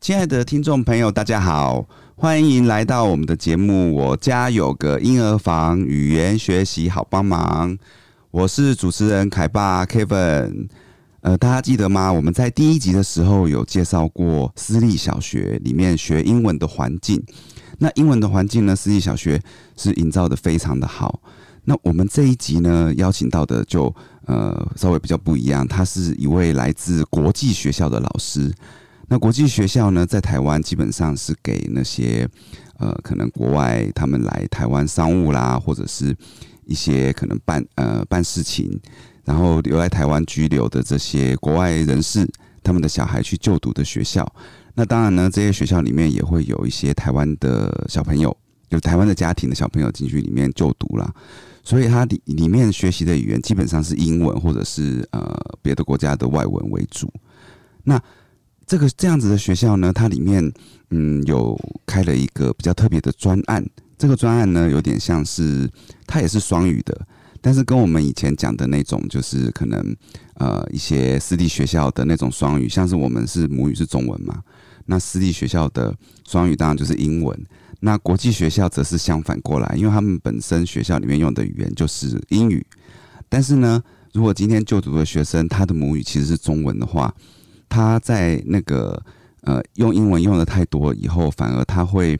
亲爱的听众朋友，大家好，欢迎来到我们的节目。我家有个婴儿房，语言学习好帮忙。我是主持人凯爸 Kevin。呃，大家记得吗？我们在第一集的时候有介绍过私立小学里面学英文的环境。那英文的环境呢，私立小学是营造的非常的好。那我们这一集呢，邀请到的就呃稍微比较不一样，他是一位来自国际学校的老师。那国际学校呢，在台湾基本上是给那些呃，可能国外他们来台湾商务啦，或者是一些可能办呃办事情，然后留在台湾居留的这些国外人士，他们的小孩去就读的学校。那当然呢，这些学校里面也会有一些台湾的小朋友，有台湾的家庭的小朋友进去里面就读啦。所以它里里面学习的语言基本上是英文或者是呃别的国家的外文为主。那这个这样子的学校呢，它里面嗯有开了一个比较特别的专案。这个专案呢，有点像是它也是双语的，但是跟我们以前讲的那种，就是可能呃一些私立学校的那种双语，像是我们是母语是中文嘛，那私立学校的双语当然就是英文。那国际学校则是相反过来，因为他们本身学校里面用的语言就是英语，但是呢，如果今天就读的学生他的母语其实是中文的话，他在那个呃用英文用的太多以后，反而他会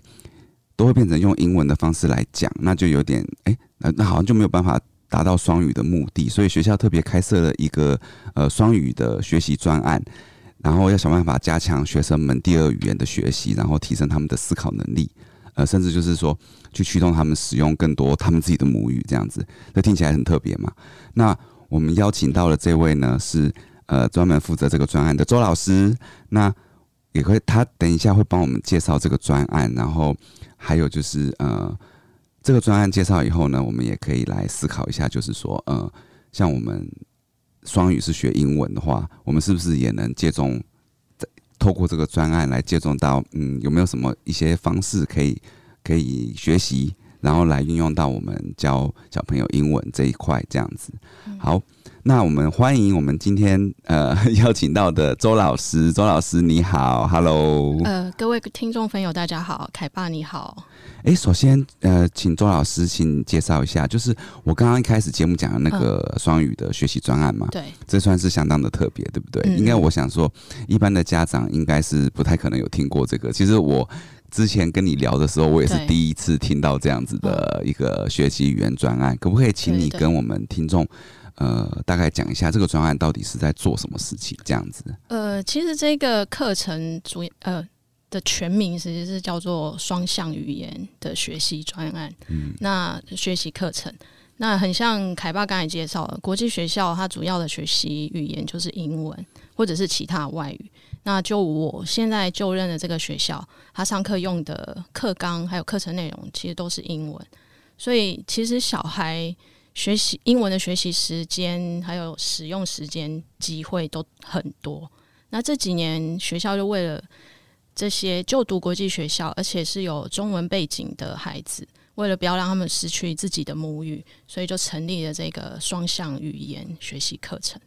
都会变成用英文的方式来讲，那就有点哎，那、那好像就没有办法达到双语的目的，所以学校特别开设了一个呃双语的学习专案，然后要想办法加强学生们第二语言的学习，然后提升他们的思考能力。呃，甚至就是说，去驱动他们使用更多他们自己的母语，这样子，这听起来很特别嘛。那我们邀请到的这位呢，是呃专门负责这个专案的周老师。那也会，他等一下会帮我们介绍这个专案，然后还有就是呃，这个专案介绍以后呢，我们也可以来思考一下，就是说，呃，像我们双语是学英文的话，我们是不是也能借重，透过这个专案来借重到，嗯，有没有什么一些方式可以可以学习，然后来运用到我们教小朋友英文这一块，这样子。好，那我们欢迎我们今天呃 邀请到的周老师，周老师你好，Hello。呃，各位听众朋友，大家好，凯爸你好。诶，首先，呃，请周老师，请介绍一下，就是我刚刚一开始节目讲的那个双语的学习专案嘛，嗯对，这算是相当的特别，对不对？嗯应该我想说，一般的家长应该是不太可能有听过这个。其实我之前跟你聊的时候，我也是对第一次听到这样子的一个学习语言专案，可不可以请你对对跟我们听众？呃，大概讲一下这个专案到底是在做什么事情，这样子。呃，其实这个课程主呃的全名其实是叫做双向语言的学习专案，嗯，那学习课程。那很像凯爸刚才介绍的，国际学校它主要的学习语言就是英文或者是其他外语。那就我现在就任的这个学校，它上课用的课纲还有课程内容其实都是英文，所以其实小孩学习英文的学习时间还有使用时间机会都很多。那这几年学校就为了这些就读国际学校，而且是有中文背景的孩子，为了不要让他们失去自己的母语，所以就成立了这个双向语言学习课程。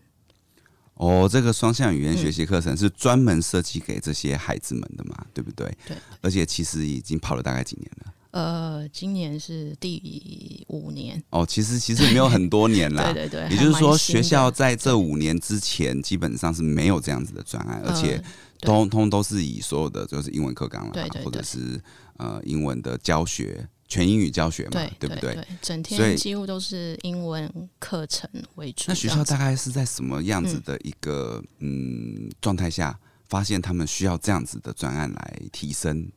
哦，这个双向语言学嗯习课程是专门设计给这些孩子们的嘛，对不对？对。而且其实已经跑了大概几年了。呃，今年是第五年，哦，其实其实没有很多年啦。 对对对，也就是还说，蛮新学的校在这五年之前基本上是没有这样子的专案，而且呃通通都是以所有的就是英文课纲啦对对，对或者是呃英文的教学，全英语教学嘛，对对不对对？整所天以几乎都是英文课程为主。那学这校样子大概是在什么样子的一个嗯状态下，发现他们需要这样子的专案来提升，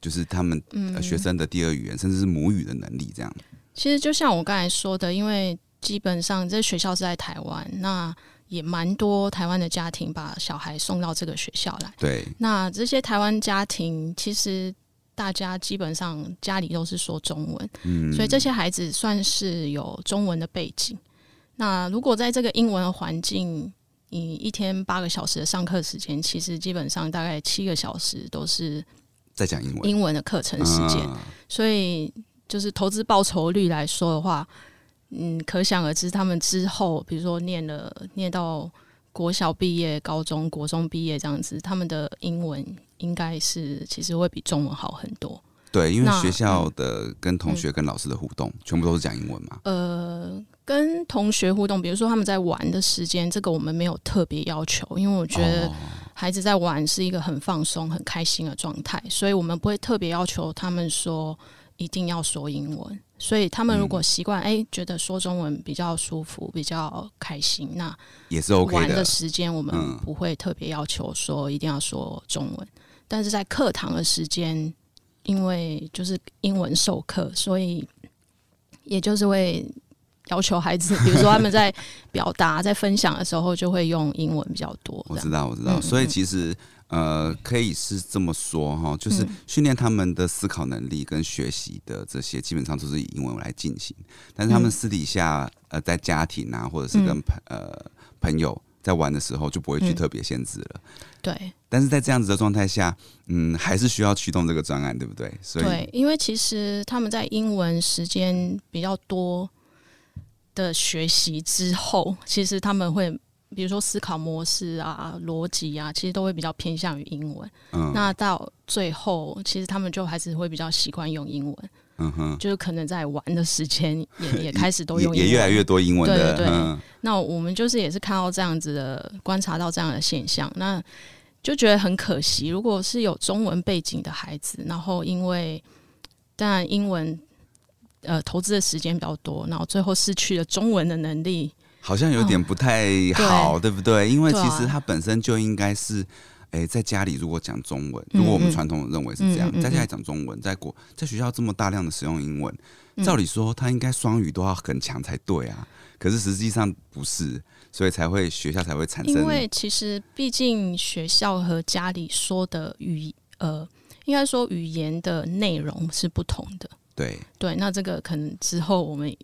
就是他们、嗯呃学生的第二语言甚至是母语的能力这样？其实就像我刚才说的，因为基本上这学校是在台湾，那也蛮多台湾的家庭把小孩送到这个学校来。对，那这些台湾家庭，其实大家基本上家里都是说中文，嗯，所以这些孩子算是有中文的背景。那如果在这个英文的环境，你一天八个小时的上课时间，其实基本上大概七个小时都是在讲英文，英文的课程时间。啊所以就是投资报酬率来说的话，嗯，可想而知，他们之后比如说念了念到国小毕业、高中、国中毕业这样子，他们的英文应该是其实会比中文好很多。对，因为那学校的跟同学、跟老师的互动，嗯全部都是讲英文嘛。呃，跟同学互动，比如说他们在玩的时间，这个我们没有特别要求，因为我觉得哦孩子在玩是一个很放松、很开心的状态，所以我们不会特别要求他们说一定要说英文。所以他们如果习惯，哎、觉得说中文比较舒服、比较开心，那也是 OK 玩的的。时间，我嗯们不会特别要求说一定要说中文，但是在课堂的时间，因为就是英文授课，所以也就是会要求孩子，比如说他们在表达、在分享的时候，就会用英文比较多。我这样知道，我知道。嗯所以其实呃，可以是这么说哈，就是嗯训练他们的思考能力跟学习的这些，基本上都是以英文来进行。但嗯是他们私底下呃，在家庭啊，或者是跟朋呃朋友在玩的时候，就不会去嗯特别限制了。对但是在这样子的状态下，嗯，还是需要驱动这个专案，对不对？所以对，因为其实他们在英文时间比较多的学习之后，其实他们会。比如说思考模式啊、逻辑啊，其实都会比较偏向于英文。嗯那到最后，其实他们就还是会比较习惯用英文，嗯哼，就是可能在玩的时间也也开始都也用英文也越来越。多英文的，对对对嗯那我们就是也是看到这样子的，观察到这样的现象，那就觉得很可惜。如果是有中文背景的孩子，然后因为当然英文呃投资的时间比较多，然后最后失去了中文的能力，好像有点不太好，对不对？因为对其啊实它本身就应该是。哎、在家里如果讲中文，嗯如果我们传统认为是这样，嗯嗯嗯在家里讲中文，在国在学校这么大量的使用英文，嗯照理说他应该双语都要很强才对啊。可是实际上不是，所以才会学校才会产生因为其实毕竟学校和家里说的语呃，应该说语言的内容是不同的。对对，那这个可能之后 我们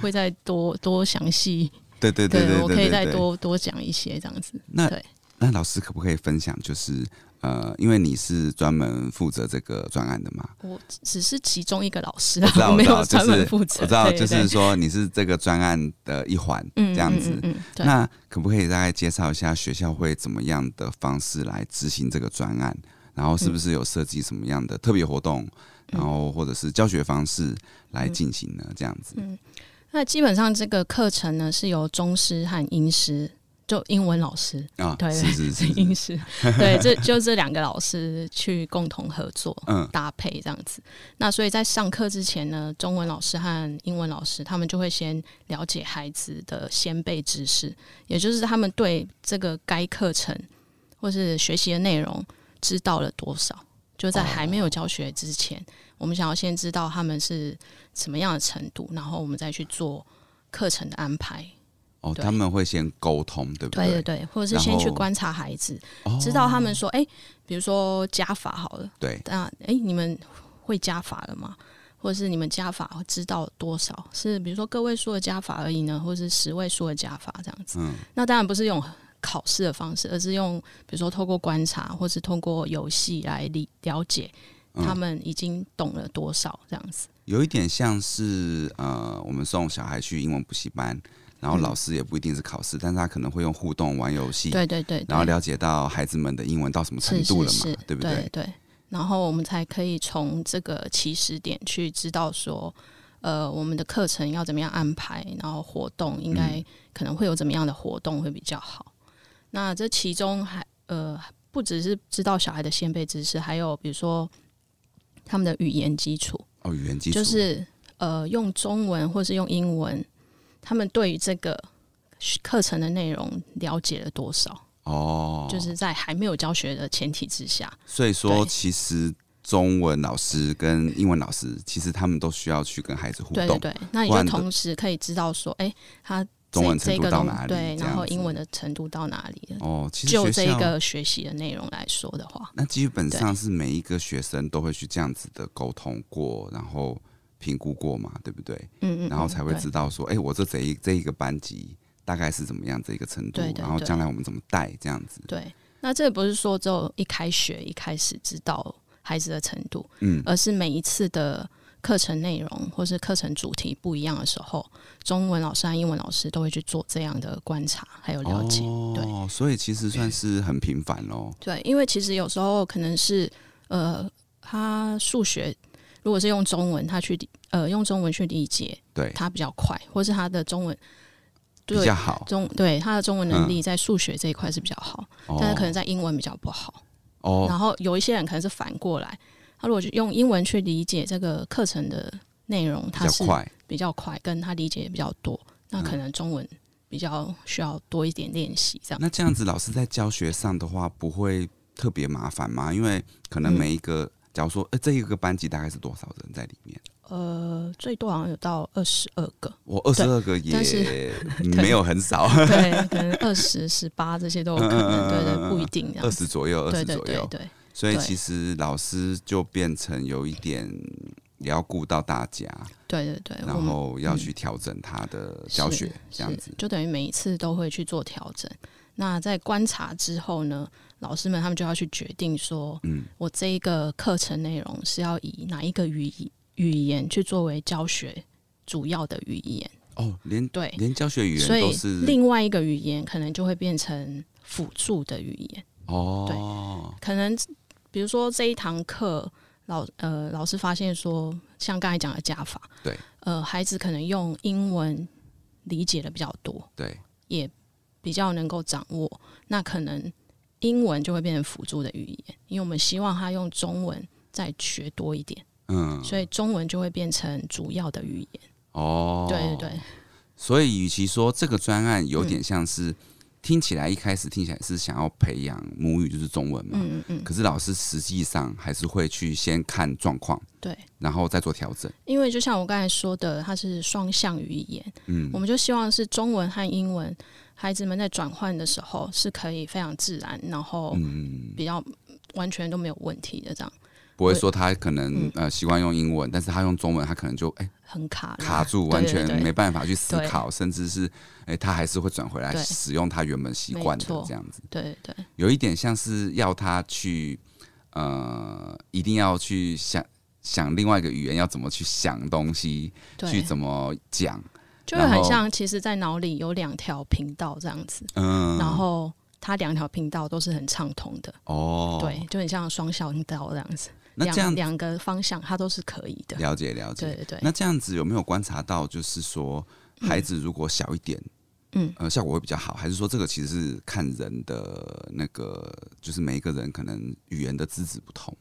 会再多多详细，对对对对我对可以对再对多多讲一些这样子。那对那老师可不可以分享，就是呃，因为你是专门负责这个专案的 嘛？我只只是其中一个老师我知啊，道，我没知有道，就专门是负责。我知道，对就是对说你是这个专案的一环，这嗯样子。嗯嗯嗯对。那可不可以大概介绍一下学校会怎么样的方式来执行这个专案？然后嗯是不是有设计什么样的特别活动，然后或者是教学方式来进行呢？这样子，嗯那基本上这个课程呢，是由中师和英师，就英文老师，啊，对是是 是是，英师，对，这就这两个老师去共同合作，嗯搭配这样子。那所以在上课之前呢，中文老师和英文老师他们就会先了解孩子的先辈知识，也就是他们对这个该课程或是学习的内容知道了多少。就在还没哦有教学之前，我们想要先知道他们是什么样的程度，然后我们再去做课程的安排。哦，对他们会先沟通，对不对对对，或者是先去然后观察孩子，哦，知道他们说，哎、比如说加法好了。对，那哎、诶你们会加法了吗？或者是你们加法知道多少？是比如说个位数的加法而已呢，或者是十位数的加法这样子？嗯那当然不是用考试的方式，而是用比如说透过观察，或是通过游戏来理了解他嗯，们已经懂了多少这样子。有一点像是呃，我们送小孩去英文补习班，然后老师也不一定是考试，但是他可能会用互动玩游戏，嗯对对对对然后了解到孩子们的英文到什么程是度是了嘛，是，对不对对？？然后我们才可以从这个起始点去知道说，呃，我们的课程要怎么样安排，然后活动应嗯该可能会有怎么样的活动会比较好。那这其中还呃，不只是知道小孩的先辈知识，还有比如说他们的语言基础，哦，语言基础就是呃，用中文或是用英文，他们对于这个课程的内容了解了多少？哦，就是在还没有教学的前提之下，所以说对其实中文老师跟英文老师，其实他们都需要去跟孩子互对动对，对，那你不就然的同时可以知道说，哎、他这中文这程度个到东哪里，对，这然后样子英文的程度到哪里了？哦，其实就学这校个学习的内容来说的话，那基本上是每一个学生都会去这样子的沟通过，然后评估过嘛，对不对？嗯嗯，然后才会嗯知道说，哎、我这这一这一个班级大概是怎么样这一个程度，对对然后对将来我们怎么带这样子，对对。那这不是说只有一开学一开始知道孩子的程度，嗯而是每一次的课程内容或是课程主题不一样的时候，中文老师和英文老师都会去做这样的观察还有呃了解。对哦，所以其实算是很频繁喽。对，因为其实有时候可能是呃，他数学如果是用中文，他去理呃用中文去理解，对，他比较快，或是他的中文比较嗯好。中对他的中文能力在数学这一块是比较好，但是可能在英文比较不好。哦，然后有一些人可能是反过来，他如果去用英文去理解这个课程的内容，比他是较快。嗯比较快，跟他理解也比较多，那可能中文比较需要多一点练习，这样。那这样子，老师在教学上的话，不会特别麻烦吗？因为可能嗯每一个，假如说，呃，这一个班级大概是多少人在里面？呃，最多好像有到二十二个，我二十二个也但是没有很少，对，可能二十、十八这些都有可能，对对，不一定这二样子。十左右，二对十对左对右。对所以对其实老师就变成有一点也要顾到大家，对对对，然哎我们嗯后要去调整他的教学，这样子是。就等于每一次都会去做调整。那在观察之后呢，老师们他们就要去决定说，嗯，我这一个课程内容是要以哪一个语语言去作为教学主要的语言，哦，连对，连教学语言所都以是另外一个语言可能就会变成辅助的语言，哦，可能比如说这一堂课。老呃，老师发现说，像刚才讲的加法，对，呃，孩子可能用英文理解的比较多，对，也比较能够掌握，那可能英文就会变成辅助的语言，因为我们希望他用中文再学多一点，嗯，所以中文就会变成主要的语言。哦，对对对，嗯所以，与其说这个专案有点像是、听起来一开始听起来是想要培养母语就是中文嘛，嗯嗯嗯，可是老师实际上还是会去先看状况，对，然后再做调整。因为就像我刚才说的，它是双向语言，嗯我们就希望是中文和英文，孩子们在转换的时候是可以非常自然，然后嗯，比较完全都没有问题的，这样不会说他可能、嗯呃习惯用英文，但是他用中文，他可能就哎、很卡了卡住， 对完对全对没办法去思考，甚至是哎、他还是会转回来对使用他原本习惯的没错这样子，对对对。有一点像是要他去呃一定要去想想另外一个语言要怎么去想东西，对去怎么讲，就会然很后像，其实，在脑里有两条频道这样子，嗯，然后它两条频道都是很畅通的，哦，对，，就很像双向道这样子，那这样两两个方向它都是可以的，了解了解。对对嗯对，那这样子有没有观察到，就是说孩子如果小一点，嗯呃，效果会比较好，还是说这个其实是看人的那个，就是每一个人可能语言的资质不同。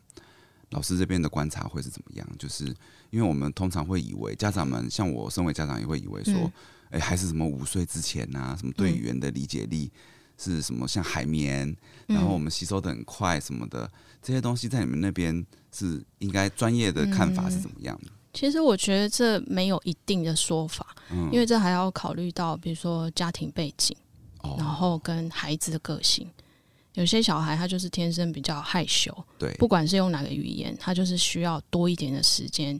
老师这边的观察会是怎么样？就是因为我们通常会以为家长们，像我身为家长也会以为说，嗯哎、还是什么五岁之前呐、什么对嗯语言的理解力是什么像海绵，然嗯后我们吸收的很快什么的，这些东西在你们那边是应该专业的看法嗯是怎么样的？其实我觉得这没有一定的说法，嗯因为这还要考虑到，比如说家庭背景，然哦，后跟孩子的个性。有些小孩他就是天生比较害羞，对，不管是用哪个语言，他就是需要多一点的时间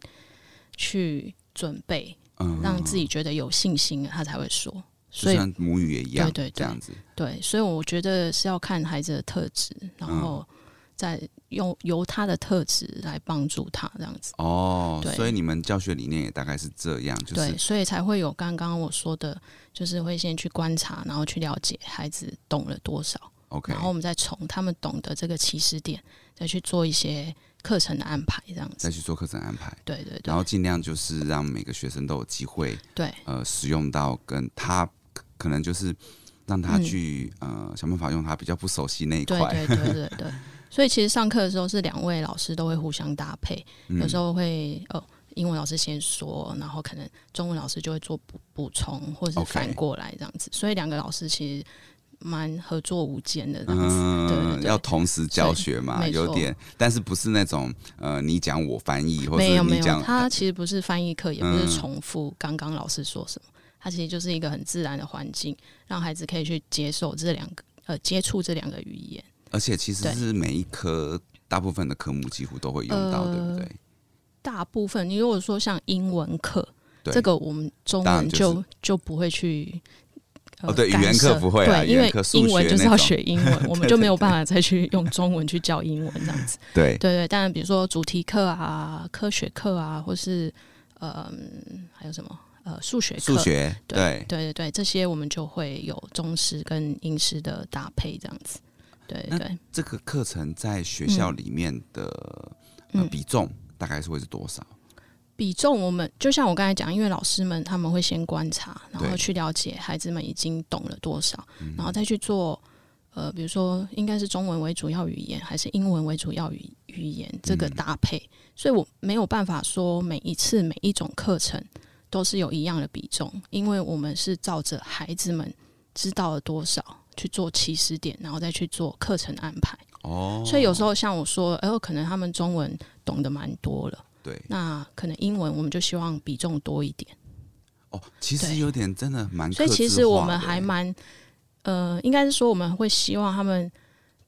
去准备，嗯让自己觉得有信心了，他才会说。就所以像母语也一样，对对对这样子。对，所以我觉得是要看孩子的特质，然嗯后再用由他的特质来帮助他这样子。哦，对所以你们教学理念也大概是这样，就对，是所以才会有刚刚我说的，就是会先去观察，然后去了解孩子懂了多少， OK 然后我们再从他们懂的这个起始点，再去做一些课程的安排，这样再子。去做课程安排，对对对然后尽量就是让每个学生都有机会对呃使用到跟他可可能就是让他嗯去、呃想办法用他比较不熟悉那一对块，对对对对。所以其实上课的时候是两位老师都会互相搭 配，嗯有时候会哦，英文老师先说，然后可能中文老师就会做补补充，或是 OK 反过来这样子。所以两个老师其实蛮合作无间的这样子。对对嗯，对要同时教学嘛，没错有点，但是不是那种呃，你讲我翻译，或没是有没你有，讲呃他其实不是翻译课，也不嗯是重复刚刚老师说什么，他其实就是一个很自然的环境，让孩子可以去接受这两个呃接触这两个语言。而且其实对是每一科大部分的科目几乎都会用到，呃对不对？大部分你如果说像英文课，对，这个我们中当然文就是就就不会去呃哦对语干言课涉不会啊对，语因言为课数英文学就是那要种学英文，我们对就对没有 对办法再去用中文去教英文这样子。对，对对，当然比如说主题课啊、科学课啊，或是呃嗯还有什么呃数学课，数学对对对对，这些我们就会有中式跟英式的搭配这样子。对那对，这个课程在学校里面的、呃嗯比重大概是会是多少？比重我们就像我刚才讲，因为老师们他们会先观察，然后对嗯去了解孩子们已经懂了多少，然后再去做。呃，比如说，应该是中文为主要语言，还是英文为主要语语言这嗯个搭配，所以我没有办法说每一次每一种课程都是有一样的比重，因为我们是照着孩子们知道了多少去做起始点，然后再去做课程安排。哦，所以有时候像我说，哎、呦可能他们中文懂得蛮多了。对那可能英文我们就希望比重多一点，哦，其实对有点真的蛮，所以其实我们还。蛮，呃，应该是说我们会希望他们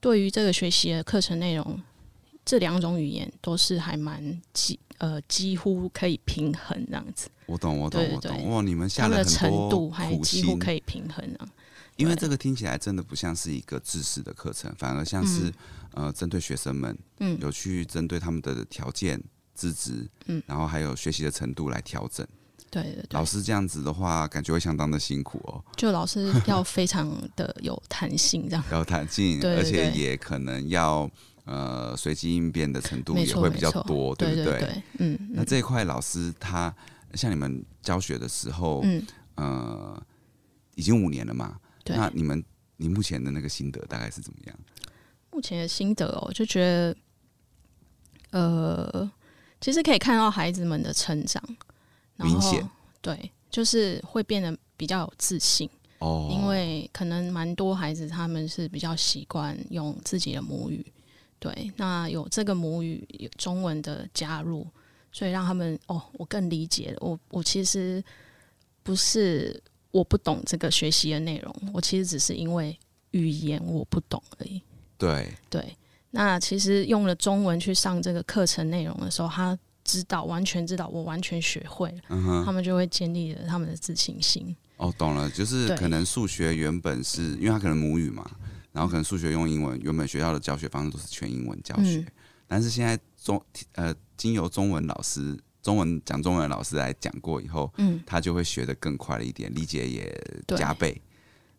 对于这个学习的课程内容，这两种语言都是还蛮几呃几乎可以平衡这样子，我懂，我懂，对我对懂。哇，你们下他们了的很程多度还苦几乎心，可以平衡啊。因为对这个听起来真的不像是一个知识的课程，反而像是、呃，针对学生们嗯，有去针对他们的条件、资质，嗯然后还有学习的程度来调整。对对对老，师这样子的话，感觉会相当的辛苦哦，就老师要非常的有弹性 这样。要弹性，对对而且对也可能要呃随机应变的程度没也错，会没比较错多，对不对对，嗯那嗯这一块老师他像你们教学的时候，嗯，呃，已经五年了嘛，对。那你们你目前的那个心得大概是怎么样？目前的心得哦，就觉得，呃，其实可以看到孩子们的成长，然明后显对，就是会变得比较有自信，哦因为可能蛮多孩子他们是比较习惯用自己的母语，对，那有这个母语有中文的加入，所以让他们哦，我更理解了，我我其实不是我不懂这个学习的内容，我其实只是因为语言我不懂而已。对对，那其实用了中文去上这个课程内容的时候，他知道完全知道，我完全学会了，嗯他们就会建立了他们的自信心。哦，懂了，就是对可能数学原本是因为他可能母语嘛，然后可能数学用英文，原本学校的教学方式都是全英文教学，嗯但是现在中呃经由中文老师中文讲中文的老师来讲过以后，嗯，他就会学得更快了一点，理解也对加倍，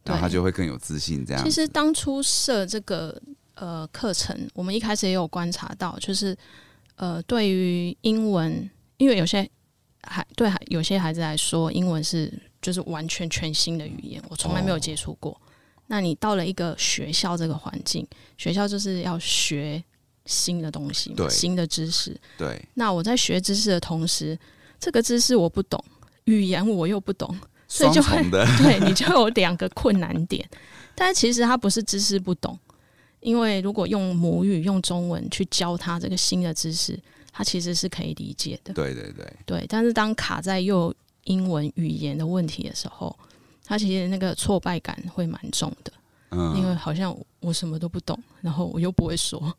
然后他就会更有自信这样其子。实当初设这个呃课程，我们一开始也有观察到，就是呃对于英文，因为有些孩对孩有些孩子来说，英文是就是完全全新的语言，我从哦来没有接触过。那你到了一个学校这个环境，学校就是要学新的东西嘛对新的知识。对那我在学知识的同时，这个知识我不懂，语言我又不懂， 所以双就会重的对你就有两个困难点。但是其实他不是知识不懂，因为如果用母语、用中文去教他这个新的知识，他其实是可以理解的。对对对，对，但是当卡在又有英文语言的问题的时候，他其实那个挫败感会蛮重的，因为嗯，好像我什么都不懂，然后我又不会说。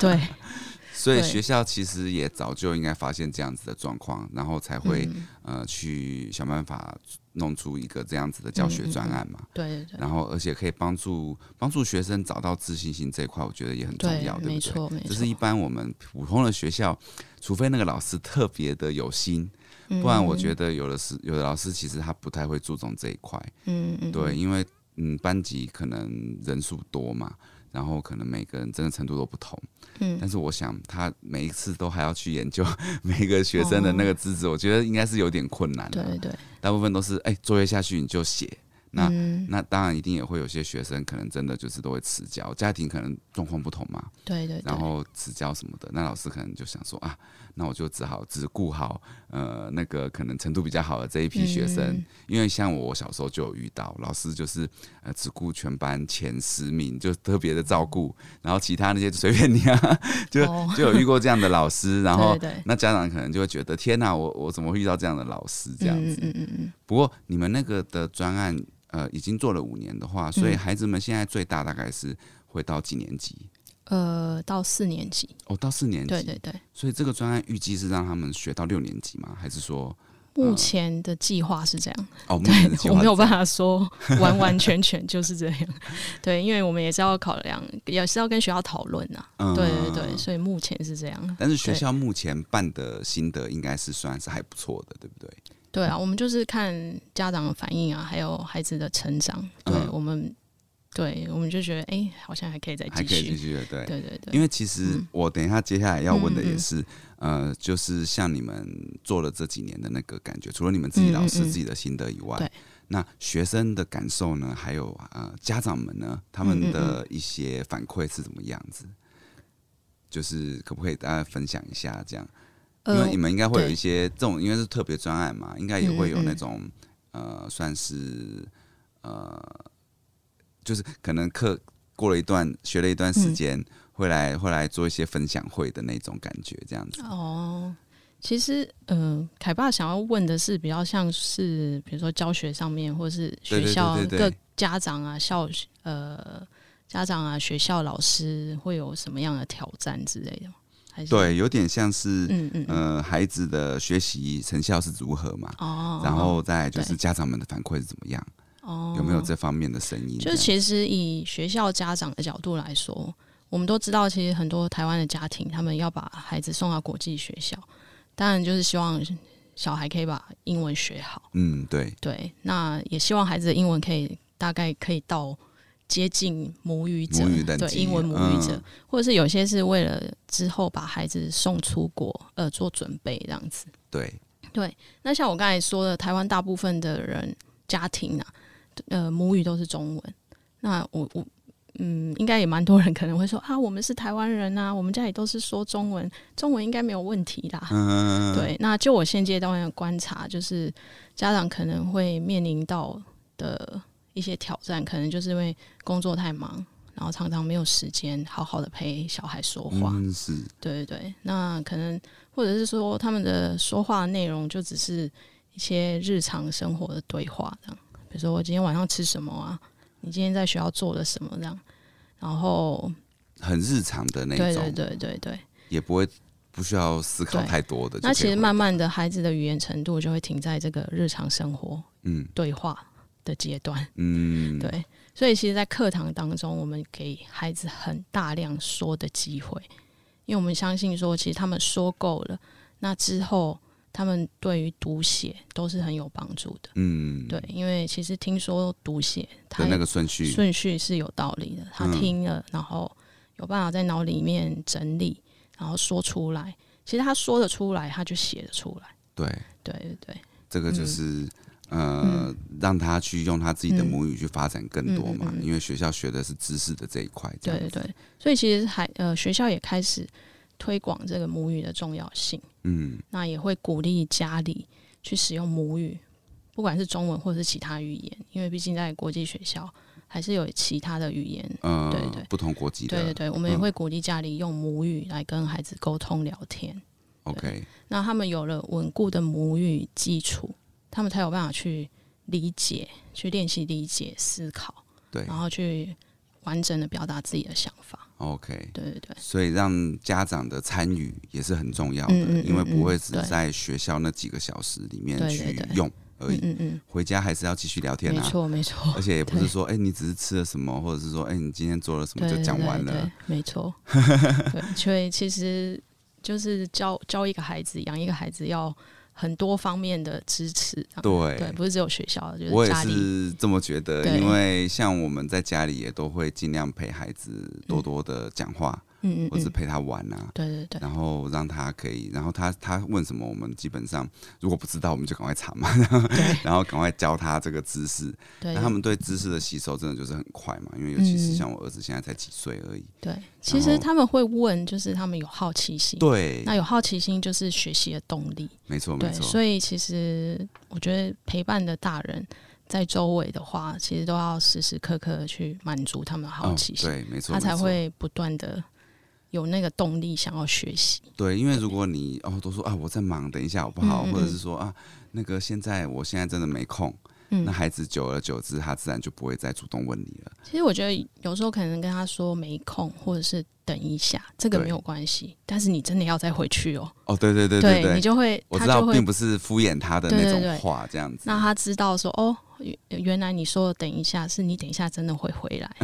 对， 所以对学校其实也早就应该发现这样子的状况，然后才会、嗯，呃去想办法弄出一个这样子的教学专案嘛。对对嗯对然后，而且可以帮助帮助学生找到自信心这一块，我觉得也很重要，对，对不对？没错没这错，是一般我们普通的学校，除非那个老师特别的有心，嗯不然我觉，得有的是有的老师其实他不太会注重这一块。嗯嗯，嗯对，，因为嗯班级可能人数多嘛，然后可能每个人真的程度都不同，嗯但是我想他每一次都还要去研究 每个学生的那个资质，我觉得应该是有点困难的、哦对对对，大部分都是哎、作业下去你就写。那、嗯那当然一定也会有些学生可能真的就是都会迟交，家庭可能状况不同嘛，对对，对哦然后迟交什么的，那老师可能就想说啊，那我就只好只顾好呃那个可能程度比较好的这一批学生，嗯因为像我我小时候就有遇到，老师就是呃只顾全班前十名，就特别的照顾，然后其他那些就随便你啊， 就、哦就有遇过这样的老师，然后对对对那家长可能就会觉得天哪、我我怎么会遇到这样的老师这样子？嗯嗯嗯嗯不过你们那个的专案呃已经做了五年的话，嗯所以孩子们现在最大大概是会到几年级？嗯，呃，到四年级，哦，到四年级。对对对， 所以这个专案预计是让他们学到六年级吗？还是说目前的计划是这样，哦，目前的计对我划没是有这办样法说完完全全就是这样，对，因为我们也是要考量，也是要跟学校讨论呐。嗯对对对，所以目前是这样。 但是学校目前办的心得应该是算是还不错的，对不对？对啊，我们就是看家长的反应啊，还有孩子的成长。对、嗯我们，对我们就觉得，哎、好像还可以再还继可以继续。续的，对。对对对，因为其实嗯我等一下接下来要问的也是，呃，就是像你们做了这几年的那个感觉，除了你们自己老师嗯嗯嗯自己的心得以外，对那学生的感受呢，还有呃家长们呢，他嗯嗯们嗯的一些反馈是怎么样子？就是可不可以大家分享一下这样？呃因为你们应该会有对嗯一些这种，因为是特别专案嘛，应该也会有那种呃，算是呃，就是可能课过了一段，学了一段嗯时间，会来会来做一些分享会的那种感觉，这样子。哦，其实，呃，凯爸想要问的是比较像是，比如说教学上面，或是学校对对对对对各家长啊、校呃家长啊、学校老师会有什么样的挑战之类的吗？还是，对，有点像是嗯嗯，嗯呃，孩子的学习成效是如何嘛，哦，然后再来就是对家长们的反馈是怎么样，哦，有没有这方面的声音这就样？其实以学校家长的角度来说，我们都知道，其实很多台湾的家庭，他们要把孩子送到国际学校，当然就是希望小孩可以把英文学好。嗯，对，对，那也希望孩子的英文可以大概可以到接近母语者，母语等对级，英文母语者，嗯或者是有些是为了之后把孩子送出国，呃，做准备这样子。对，那像我刚才说的，台湾大部分的人家庭啊，呃，母语都是中文。那我我嗯，应该也蛮多人可能会说啊，我们是台湾人啊，我们家里都是说中文，中文应该没有问题啦。嗯，对，那就我现阶段的观察，就是家长可能会面临到的一些挑战，可能就是因为工作太忙，然后常常没有时间好好的陪小孩说话。嗯，是，对对对，那可能或者是说他们的说话内容就只是一些日常生活的对话，这样，比如说我今天晚上吃什么啊，你今天在学校做了什么这样，然后很日常的那对种对，对对对，也不会不需要思考对太多的。就那可其以实回慢慢的孩子的语言程度就会停在这个日常生活嗯对话的阶段，嗯，对，所以其实，在课堂当中，我们给孩子很大量说的机会，因为我们相信说，其实他们说够了，那之后他们对于读写都是很有帮助的。嗯对，因为其实听说读写，它的那个顺序，顺序是有道理的，他嗯听了，然后有办法在脑里面整理，然后说出来。其实他说得出来，他就写得出来。对，对对对。这个就是。嗯呃，让他去用他自己的母语去发展更多嘛，嗯嗯嗯嗯因为学校学的是知识的这一块，这对样对子，对，所以其实还呃学校也开始推广这个母语的重要性，嗯那也会鼓励家里去使用母语，不管是中文或是其他语言，因为毕竟在国际学校还是有其他的语言。呃，对对不同国籍的对对对，我们也嗯会鼓励家里用母语来跟孩子沟通聊天， o k 那他们有了稳固的母语基础，他们才有办法去理解、去练习理解、思考，对然后去完整的表达自己的想法。 ，OK，对对对。所以让家长的参与也是很重要的，嗯嗯嗯因为不会只嗯对在学校那几个小时里面对去对对用而已，嗯嗯嗯，回家还是要继续聊天没啊，错，没错而。且也不是对说，哎、你只是吃了什么，或者是说，哎、你今天做了什么对就讲完对对了对。没错。对，所以其实就是教教一个孩子，养一个孩子要很多方面的支持。这样对对，不是只有学校，就我是也家里。是这么觉得，对因为像我们在家里也都会尽量陪孩子多多的讲话，嗯嗯或是嗯，陪他玩啊，对对对，然后让他可以，然后他他问什么，我们基本上如果不知道，我们就赶快查嘛， 然后赶快教他这个知识。对那他们对知识的吸收真的就是很快嘛，因为尤其是嗯像我儿子现在才几岁而已，对。其实他们会问，就是他们有好奇心。对，那有好奇心就是学习的动力。没错没对，错，所以其实我觉得陪伴的大人在周围的话，其实都要时时刻刻地去满足他们的好嗯奇心。对，没错，他才没错会不断的有那个动力想要学习。对，因为如果你哦都说啊我在忙，等一下好不好？嗯嗯或者是说啊那个现在我现在真的没空，嗯那孩子久而久之，他自然就不会再主动问你了。其实我觉得有时候可能跟他说没空，或者是等一下，这个对没有关系。但是你真的要再回去哦，哦，对对对对你就会我他知道就，会并不是敷衍他的对那对种对话，这样子。让他知道说哦，原原来你说的等一下，是你等一下真的会回 来。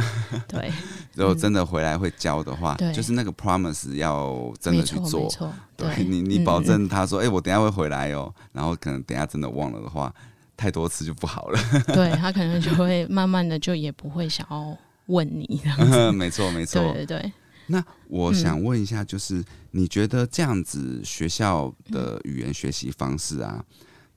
对，如果真的回来会教的话，嗯对就是那个 promise 要真没的去错没做。错，嗯对你，你保证他说，哎、我等一下会回来哦，然后可能等一下真的忘了的话，太多次就不好了。 对他可能就会慢慢的就也不会想要问你了。没错，没对错。对对，那我想问一下，就是、你觉得这样子学校的语言学习方式啊，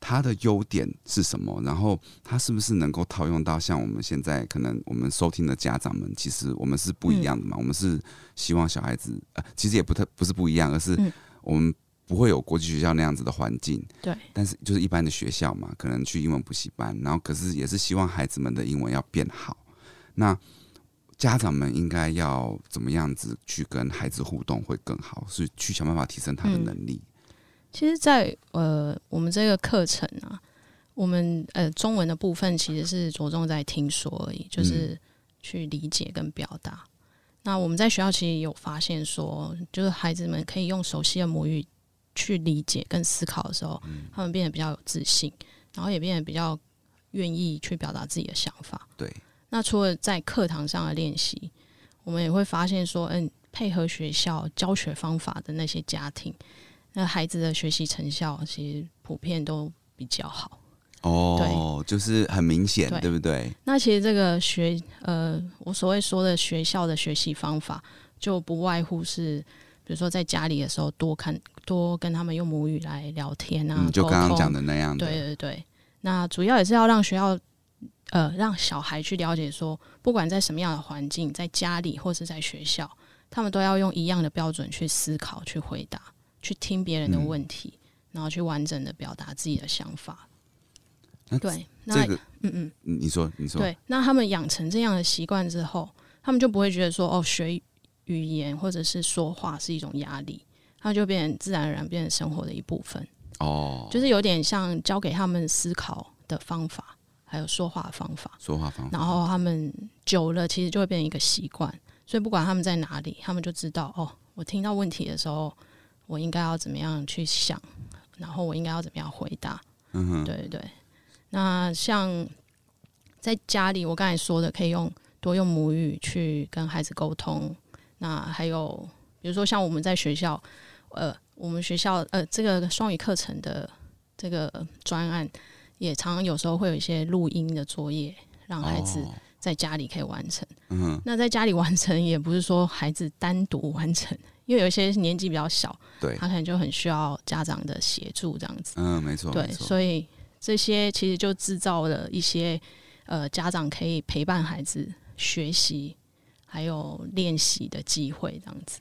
它的优点是什么？然后它是不是能够套用到像我们现在可能我们收听的家长们，其实我们是不一样的嘛？我们是希望小孩子，呃，其实也不太不是不一样，而是嗯我们。不会有国际学校那样子的环境，对。但是就是一般的学校嘛，可能去英文补习班，然后可是也是希望孩子们的英文要变好。那家长们应该要怎么样子去跟孩子互动会更好，是去想办法提升他的嗯能力。其实在，呃我们这个课程啊，我们呃中文的部分其实是着重在听说而已，就是去理解跟表达。那我们在学校其实有发现说，就是孩子们可以用熟悉的母语去理解跟思考的时候，他们变得比较有自信，然后也变得比较愿意去表达自己的想法。对，那除了在课堂上的练习，我们也会发现说，嗯，配合学校教学方法的那些家庭，那孩子的学习成效其实普遍都比较好。哦，就是很明显，对对不对？那其实这个学，呃，我所谓说的学校的学习方法，就不外乎是，比如说在家里的时候多看多跟他们用母语来聊天啊，嗯，就刚沟刚通讲的那样的，对对对，那主要也是要让学校，呃，让小孩去了解说，不管在什么样的环境，在家里或是在学校，他们都要用一样的标准去思考、去回答、去听别人的嗯问题，然后去完整的表达自己的想法。那对，那这个嗯嗯，你你说，你说，对，那他们养成这样的习惯之后，他们就不会觉得说哦，学语言或者是说话是一种压力，他就变成自然而然变成生活的一部分。哦，就是有点像教给他们思考的方法，还有说话的方法，说话方法，然后他们久了其实就会变成一个习惯，所以不管他们在哪里，他们就知道哦，我听到问题的时候，我应该要怎么样去想，然后我应该要怎么样回答，嗯哼，对对对。那像在家里，我刚才说的，可以用多用母语去跟孩子沟通。那还有，比如说像我们在学校，呃，我们学校呃这个双语课程的这个专案，也常常有时候会有一些录音的作业，让孩子哦在家里可以完成。嗯哼，那在家里完成，也不是说孩子单独完成，因为有一些年纪比较小，对他，可能就很需要家长的协助这样子。嗯，没错，对，没错所以这些其实就制造了一些呃家长可以陪伴孩子学习还有练习的机会，这样子。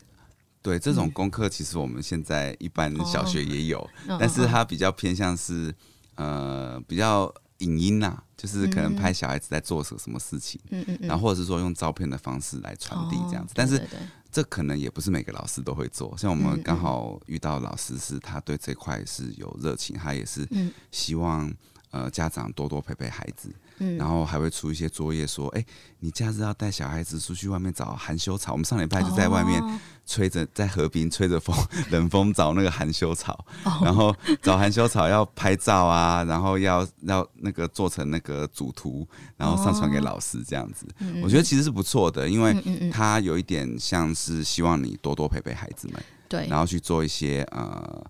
对这种功课，其实我们现在一般小学也有，嗯但是嗯它比较偏向是呃比较影音呐、就是可能拍小孩子在做什什么事情，嗯嗯嗯，然后或者是说用照片的方式来传递这样子，哦但是对对对这可能也不是每个老师都会做，像我嗯们嗯刚好遇到老师是他对这块是有热情，他也是嗯希望呃家长多多陪陪孩子，嗯，然后还会出一些作业说，哎、你假日要带小孩子出去外面找含羞草。我们上礼拜就在外面哦吹着，在河边吹着风 冷风找那个含羞草，哦然后找含羞草要拍照啊，然后要要那个做成那个主图，然后上传给老师这样子。我觉得其实是不错的，因为哦嗯嗯，他有一点像是希望你多多陪陪孩子们，对，然后去做一些呃，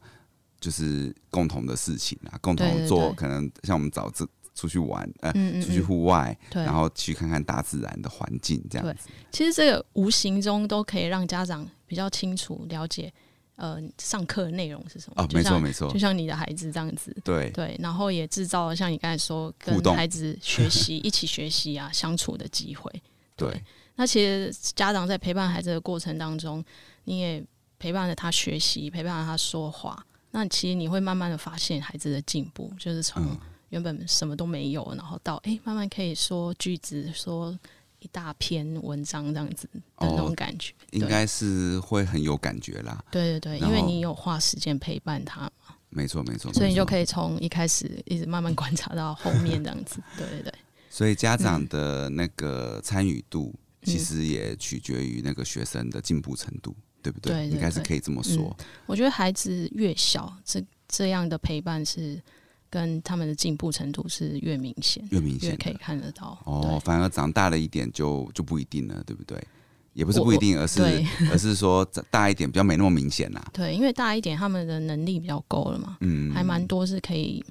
就是共同的事情啊，共同对对做对可能像我们早这出去玩，呃，嗯嗯出去嗯，户外，对然。后去看看大自然的环境，这样对子。其实这个无形中都可以让家长比较清楚了解，呃，上课的内容是什么。哦，就没错像没错就，像你的孩子这样子，对对，然后也制造了像你刚才说跟互动孩子 学习、一起学习啊、相处的机会。对那其实家长在陪伴孩子的过程当中，你也陪伴着他学习，陪伴着他说话。那其实你会慢慢的发现孩子的进步，就是从嗯原本什么都没有，然后到诶慢慢可以说句子，说一大篇文章这样子的那种哦感觉。应该是会很有感觉啦。对对对，然因为后你有花时间陪伴他嘛。没错没错，所以你就以。可以从一开始一直慢慢观察到后面这样子。对对对，所以家嗯长的那个参与度，其实也取决于那个学生的进步程度，对不对？对对嗯应该是可以这么说。我觉得孩子越小，这这样的陪伴是跟他们的进步程度是越明显，越明越显可以的看得到。哦，反而长大了一点就就不一定了，对不对？也不是我不一定，而是对而是说大一点比较没那么明显啦。对，因为大一点，他们的能力比较够了嘛，嗯，还蛮多是可以，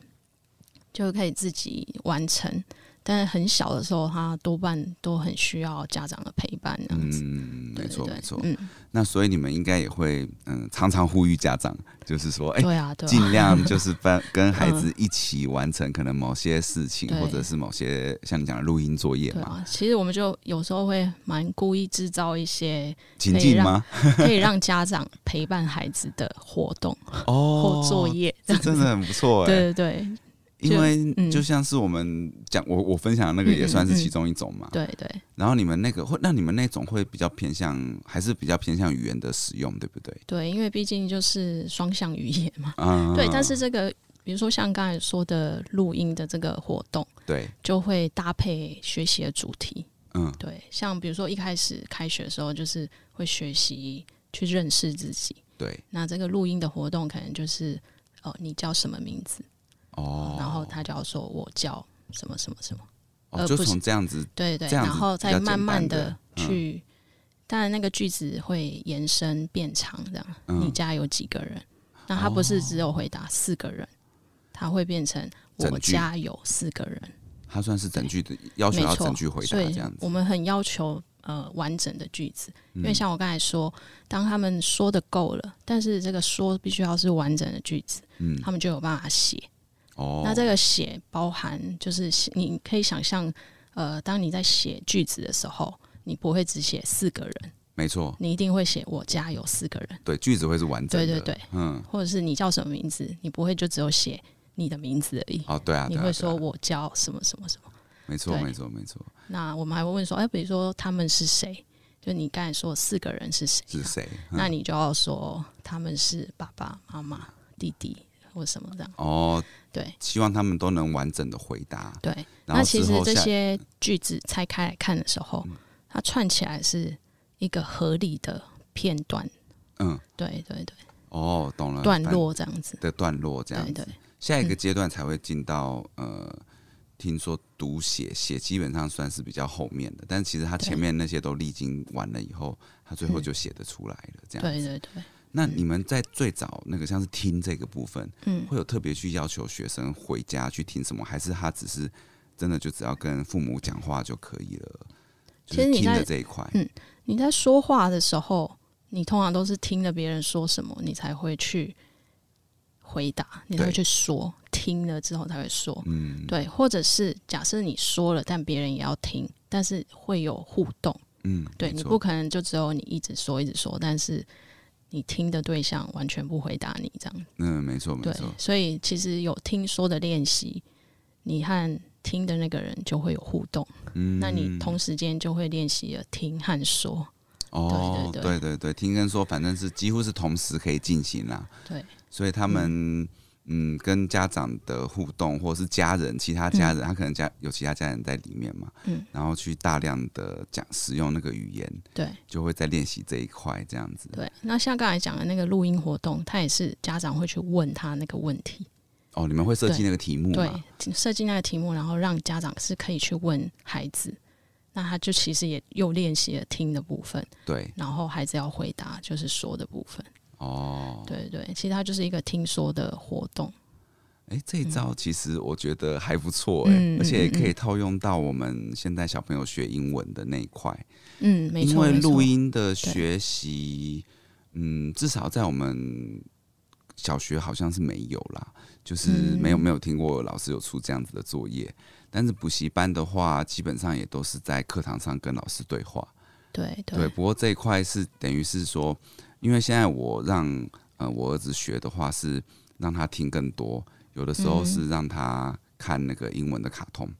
就可以自己完成。但是很小的时候，他多半都很需要家长的陪伴，这样子。嗯，对没错对对没错。嗯，那所以你们应该也会嗯常常呼吁家长，就是说，哎、对啊，对啊，尽量就是帮跟孩子一起完成可能某些事情， 对或者是某些像你讲的录音作业对嘛，啊。其实我们就有时候会蛮故意制造一些情境吗？可以让家长陪伴孩子的活 动哦或作，业，这这样子真的很不错哎、对对对就因为嗯就像是我们讲，我我分享的那个也算是嗯嗯嗯其中一种嘛。对对然后你们那个会，那你们那种会比较偏向，还是比较偏向语言的使用，对不对？对，因为毕竟就是双向语言嘛。啊，对，但是这个比如说像刚才说的录音的这个活动，对，就会搭配学习的主题。嗯，对，像比如说一开始开学的时候，就是会学习去认识自己。对，那这个录音的活动可能就是哦，你叫什么名字？哦，然后他就要说我叫什么什么什么。哦，呃就不是从这样子，对对，这样然子后比再较简慢慢单的嗯的去，当然那个句子会延伸变长，这样。你嗯，哦家有几个人？那他不是只有回答四个人，他会变成整我句家有四个人，他算是整句的要求没要错整句回答所以这样我子，嗯们很要求呃完整的句子，因为像我刚才说，当他们说的够了，但是这个说必须要是完整的句子，嗯，他们就有办法写。哦，那这个写包含就是写你可以想象，呃，当你在写句子的时候，你不会只写四个人，没错，你一定会写我家有四个人，对，句子会是完整的，对对对，嗯，或者是你叫什么名字，你不会就只有写你的名字而已。哦，对啊，你对啊会说，对啊我叫什么什么什么。没错，对没错，没错，那我们还会问说，哎、比如说他们是谁？就你刚才说四个人是谁？是嗯谁？那你就要说他们是爸爸妈妈、弟弟或什么这样。哦，对希望他们都能完整的回答，对。然那后其之实后这下嗯些句子拆开来看的时候，它串起来是一个合理的片段。嗯，对对对，哦，懂了，段反落这样子。的段落这样对子。对嗯下一个阶段才会进到、呃，听说读写写基本上算是比较后面的，但其实他前面那些都历经完了以后，他最后就写得出来了。这样，嗯对对对。那你们在最早那个像是听这个部分，嗯会有特别去要求学生回家去听什么，还是他只是真的就只要跟父母讲话就可以了？就其实是你听的在这一块，嗯你在说话的时候，你通常都是听了别人说什么，你才会去回答，你才会去说，听了之后才会说。嗯，对，或者是假设你说了，但别人也要听，但是会有互动。嗯，对没你错不可能就只有你一直说一直说，但是你听的对象完全不回答你这样。嗯，没错，没对错，，所以其实有听说的练习，你和听的那个人就会有互动，嗯，那你同时间就会练习了听和说。哦，对对对对对，听跟说反正是几乎是同时可以进行啦，对，所以他们嗯跟家长的互动，或是家人其他家人，他可能家有其他家人在里面嘛，嗯，然后去大量的讲使用那个语言，对。就会在练习这一块这样子，对，那像刚才讲的那个录音活动，他也是家长会去问他那个问题，哦，你们会设计对那个题目对嘛？，设计那个题目，然后让家长是可以去问孩子，那他就其实也又练习了听的部分，对，然后孩子要回答就是说的部分，哦，对对，其实它就是一个听说的活动，哎、这一招其实我觉得还不错哎、嗯而且也可嗯以套用到我们现在小朋友学英文的那一块，嗯，没因错，为没错录，音的学习，嗯，至少在我们小学好像是没有啦，就是没有嗯没有听过老师有出这样子的作业。但是补习班的话，基本上也都是在课堂上跟老师对话。对嗯对，不过这一块是等于是说，因为现在我让呃我儿子学的话是让他听更多，有的时候嗯是让他看那个英文的卡通，嗯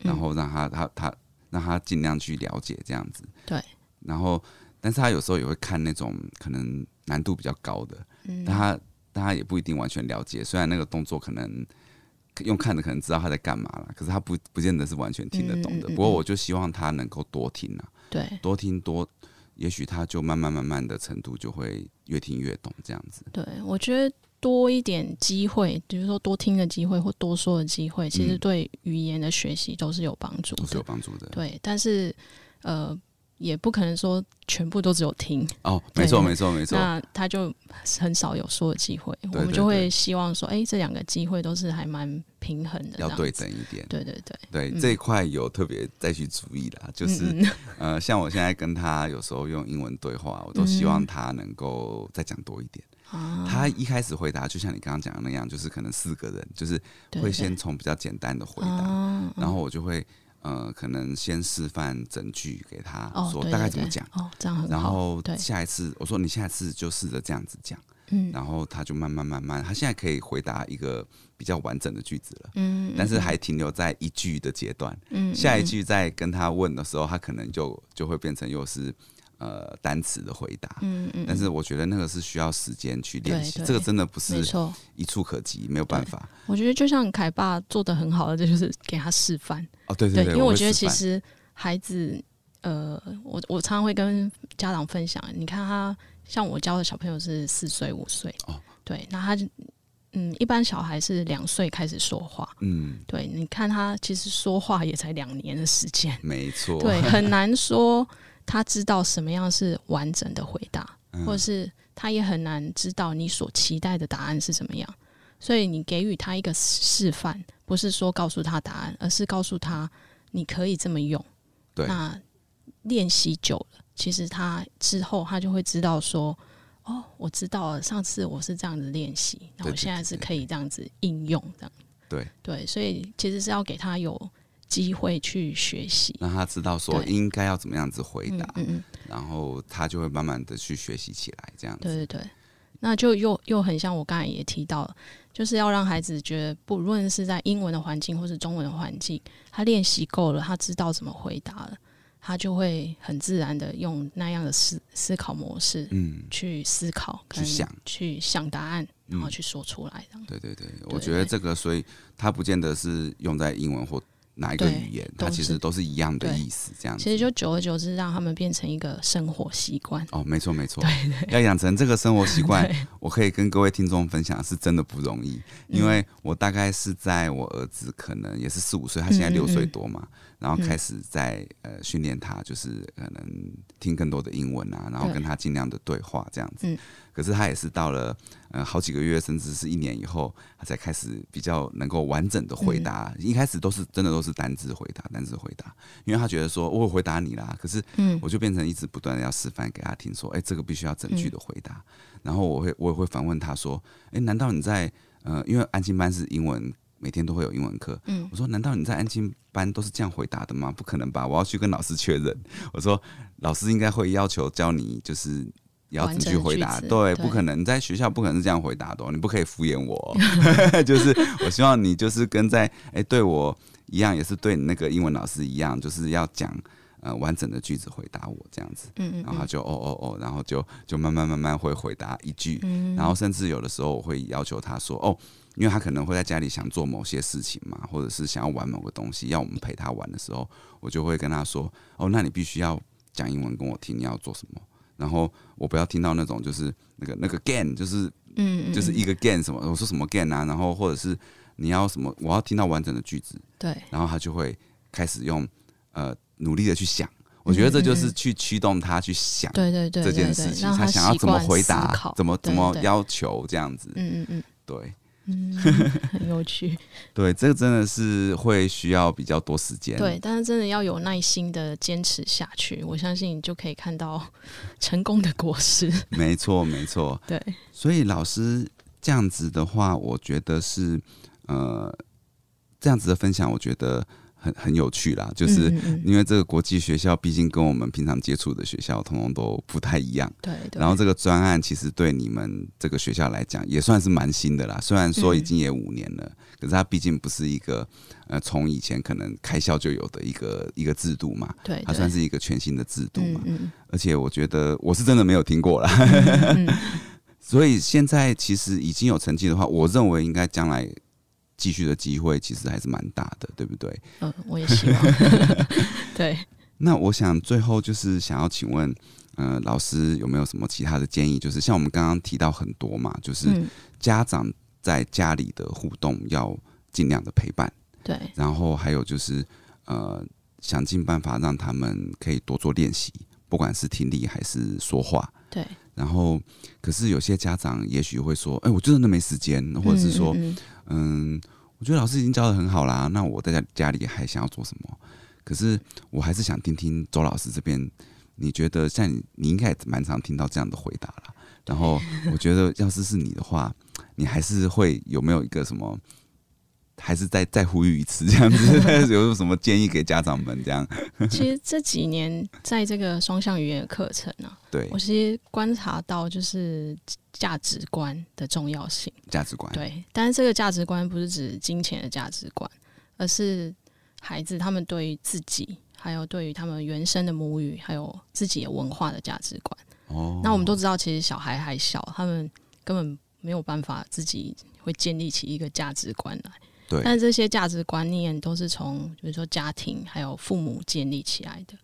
然后让他他他让他尽量去了解这样子。对，然后但是他有时候也会看那种可能难度比较高的，嗯但他但他也不一定完全了解。虽然那个动作可能用看的可能知道他在干嘛了，可是他不不见得是完全听得懂的。嗯嗯嗯不过我就希望他能够多听啊，对多听多，也许他就慢慢慢慢的程度就会越听越懂这样子。对，我觉得多一点机会，比如说多听的机会或多说的机会，其实嗯对语言的学习都是有帮助都是有的。帮助的对，但是呃，也不可能说全部都只有听，哦，没错对没错没错，那他就很少有说的机会。对我们对对就会希望说，哎、这两个机会都是还蛮平衡的。要这样对子等一点。对对对，对嗯这一块有特别再去注意啦，就是嗯嗯呃，像我现在跟他有时候用英文对话，我嗯都希望他能够再讲多一点。啊，他一开始回答，就像你刚刚讲的那样，就是可能四个人，就是对会对先从比较简单的回答，啊然后我就会呃，可能先示范整句给他哦，啊说对大概对怎么对讲，哦，这样很好。然后对，下一次我说你下次就试着这样子讲，嗯然后他就慢慢慢慢，他现在可以回答一个比较完整的句子了，嗯，但是还停留在一句的阶段。嗯下一嗯句再跟他问的时候，他可能就就会变成又是呃单词的回答。嗯嗯，但是我觉得那个是需要时间去练习，对对这个真的不没是错，一触可及，没有办法。我觉得就像凯爸做的很好的，这就是给他示范。哦，对对，因为我会觉得示其范实孩子，呃，我我常常会跟家长分享，你看他像我教的小朋友是四岁五岁，哦对，那他就嗯，一般小孩是两岁开始说话，嗯，对，你看他其实说话也才两年的时间，没错， 对，很难说他知道什么样是完整的回答，嗯或者是他也很难知道你所期待的答案是怎么样。所以你给予他一个示范，不是说告诉他答案，而是告诉他你可以这么用。对那练习久了，其实他之后他就会知道说，哦，我知道了，上次我是这样子练习，那对对我现在对是对可以这样子应用这样。对，对，所以其实是要给他有机会去学习。让他知道说对应该要怎么样子回嗯答，嗯嗯，然后他就会慢慢的去学习起来，这样子。对对对，那就又又很像我刚才也提到了，就是要让孩子觉得，不论是在英文的环境或是中文的环境，他练习够了，他知道怎么回答了，他就会很自然的用那样的思思考模式嗯，去思考、去跟想去想答案，然后嗯去说出来这样。对对对，对我觉得这个，所以它不见得是用在英文或哪一个对语言，它都其是实都是一样的对意思，这样子。其实就久而久之，让他们变成一个生活习惯。哦，没错没错，要养成这个生活习惯 对，我可以跟各位听众分享，是真的不容易。嗯因为我大概是在我儿子可能也是四五岁，他现在嗯嗯六岁嗯多嘛，然后开始在呃训练他，就是可能听更多的英文啊，然后对跟他尽量的对话这样子嗯。可是他也是到了呃好几个月，甚至是一年以后，他才开始比较能够完整的嗯回答。一开始都是真的都是单字回答，单字回答，因为他觉得说我有回答你啦，可是嗯我就变成一直不断的要示范给他听，说，哎、这个必须要整句的回答。然后我会我也会反问他说，哎、难道你在呃，因为安亲班是英文，每天都会有英文课，嗯我说难道你在安亲班都是这样回答的吗？不可能吧，我要去跟老师确认。我说老师应该会要求教你就是。要完怎么整去的回句答？子对，对不可能你在学校不可能是这样回答的、哦，你不可以敷衍我 哦、就是我希望你就是跟在哎、对我一样，也是对你那个英文老师一样，就是要讲呃完整的句子回答我这样子。嗯嗯然后他嗯就哦哦哦，然后就就慢慢慢慢会回答一句，嗯，然后甚至有的时候我会要求他说哦，因为他可能会在家里想做某些事情嘛，或者是想要玩某个东西，要我们陪他玩的时候，我就会跟他说哦，那你必须要讲英文跟我听，你要做什么。然后我不要听到那种就是那个那个 gain，就是嗯嗯就是嗯一个 gain 什么，我说什么 gain 啊，然后或者是你要什么，我要听到完整的句子，对然后他就会开始用呃努力的去想。我觉得这嗯就是去驱动他去想对对对这件对对事情，让他想要习怎么惯回思答考，怎么对怎么对要求这样子。嗯嗯嗯。对嗯，很 有趣。对，这个真的是会需要比较多时间。对，但是真的要有耐心的坚持下去，我相信你就可以看到成功的 果实。没错没错。对，所以老师这样子的话，我觉得是呃这样子的分享，我觉得很很有趣啦，就是。嗯嗯嗯因为这个国际学校毕竟跟我们平常接触的学校通通都不太一样，对对。然后这个专案其实对你们这个学校来讲也算是蛮新的啦，虽然说已经也五年嗯了，可是它毕竟不是一个呃从以前可能开校就有的一个一个制度嘛，对，它对算是一个全新的制度嘛，嗯嗯嗯而且我觉得我是真的没有听过啦，嗯嗯 所以现在其实已经有成绩的话，我认为应该将来继续的机会其实还是蛮大的，对不对？嗯、我也希望。 对，那我想最后就是想要请问，呃，老师有没有什么其他的建议？就是像我们刚刚提到很多嘛，就是嗯，家长在家里的互动要尽量的陪伴，对，然后还有就是呃，想尽办法让他们可以多做练习，不管是听力还是说话。对，然后，可是有些家长也许会说：“哎、我就真的没时间，或者是说，嗯，嗯嗯，我觉得老师已经教的很好啦，那我在家家里还想要做什么？可是我还是想听听周老师这边，你觉得像你，你应该也蛮常听到这样的回答啦。然后我觉得，要是是你的话，你还是会有没有一个什么，还是再再呼吁一次这样子， 有没有什么建议给家长们？这样嗯其实这几年在这个双向语言的课程啊，对我其实观察到就是价值观的重要性。价值观，对，但是这个价值观不是指金钱的价值观，而是孩子他们对于自己，还有对于他们原生的母语，还有自己的文化的价值观。哦，那我们都知道，其实小孩还小，他们根本没有办法自己会建立起一个价值观啊来。对但这些价值观念都是从比如说家庭还有父母建立起来的。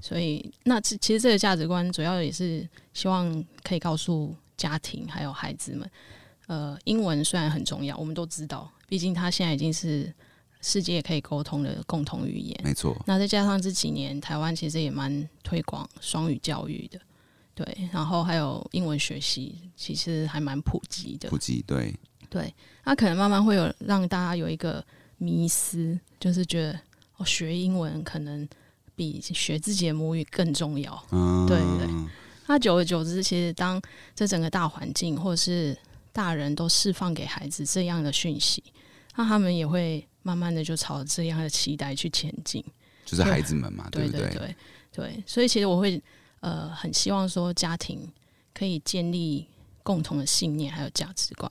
所以，那这其实这个价值观主要也是希望可以告诉家庭还有孩子们，呃，英文虽然很重要，我们都知道，毕竟它现在已经是世界可以沟通的共同语言。没错，那再加上这几年台湾其实也蛮推广双语教育的，对，然后还有英文学习，其实还蛮普及的普。及对，对，那可能慢慢会有让大家有一个迷思，就是觉得哦，学英文可能比学自己的母语更重要。嗯，对对那久而久之，其实当这整个大环境或者是大人都释放给孩子这样的讯息，那他们也会慢慢的就朝这样的期待去前进。就是孩子们嘛，对不对对对，所以其实我会呃很希望说家庭可以建立共同的信念还有价值观，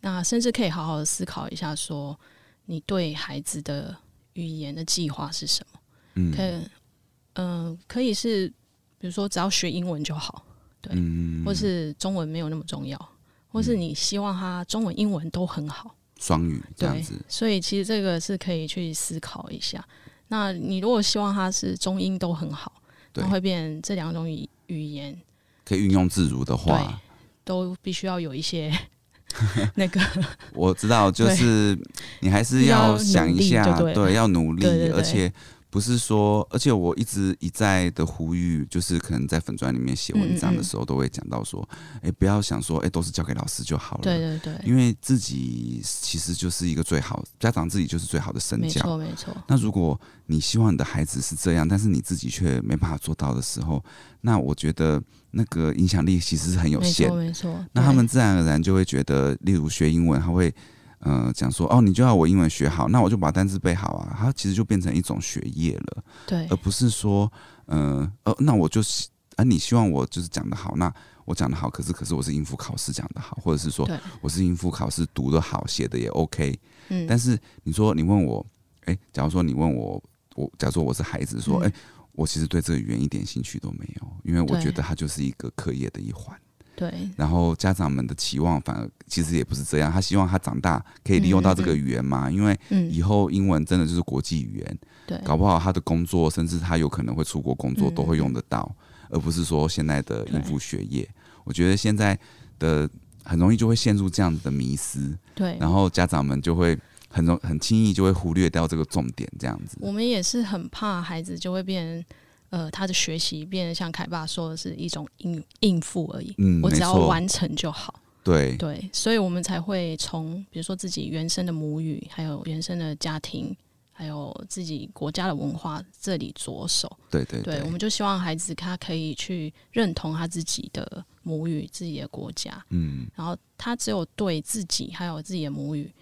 那甚至可以好好的思考一下说你对孩子的语言的计划是什么？嗯可以呃可以是比如说只要学英文就好，对嗯，或是中文没有那么重要，或是你希望他中文英文都很好。双语这样对子，所以其实这个是可以去思考一下。那你如果希望它是中英都很好，对那会变成这两种语语言可以运用自如的话对，都必须要有 一些那个嗯我知道，就对是你还是要努想一力下就，对了对，要努力，对对对而且不是说，而且我一直一再的呼吁，就是可能在粉砖里面写文章的嗯时候，都会讲到说，哎、不要想说，哎、都是交给老师就好了，对对对，因为自己其实就是一个最好，家长自己就是最好的身没教。错没错，那如果你希望你的孩子是这样，但是你自己却没办法做到的时候，那我觉得那个影响力其实是很有没限错没错。那对他们自然而然就会觉得，例如学英文，他会呃讲说，哦，你就要我英文学好，那我就把单词背好啊。他其实就变成一种学业了，对而不是说，呃，呃，那我就是啊，你希望我就是讲的好，那我讲的好，可是可是我是应付考试讲的好，或者是说对，我是应付考试读的好，写的也 OK，嗯，但是你说你问我，哎、假如说你问我，我假如说我是孩子，说，嗯哎、我其实对这个语言一点兴趣都没有，因为我对觉得它就是一个课业的一环。对然后家长们的期望反而其实也不是这样，他希望他长大可以利用到这个语言嘛，因为嗯以后英文真的就是国际语言，对搞不好他的工作甚至他有可能会出国工作嗯都会用得到，而不是说现在的应付学业。我觉得现在的很容易就会陷入这样子的迷思，对，然后家长们就会很容很轻易就会忽略掉这个重点，这样子。我们也是很怕孩子就会变成。呃，他的学习变得像凯爸说的是一种应应付而已，嗯我只没要错完成就好。对对，所以我们才会从比如说自己原生的母语，还有原生的家庭，还有自己国家的文化这里着手。对对对，我对，们就希望孩子他可以去认同他自己的母语、自己的国家，嗯，然后他只有对自己还有自己的母语、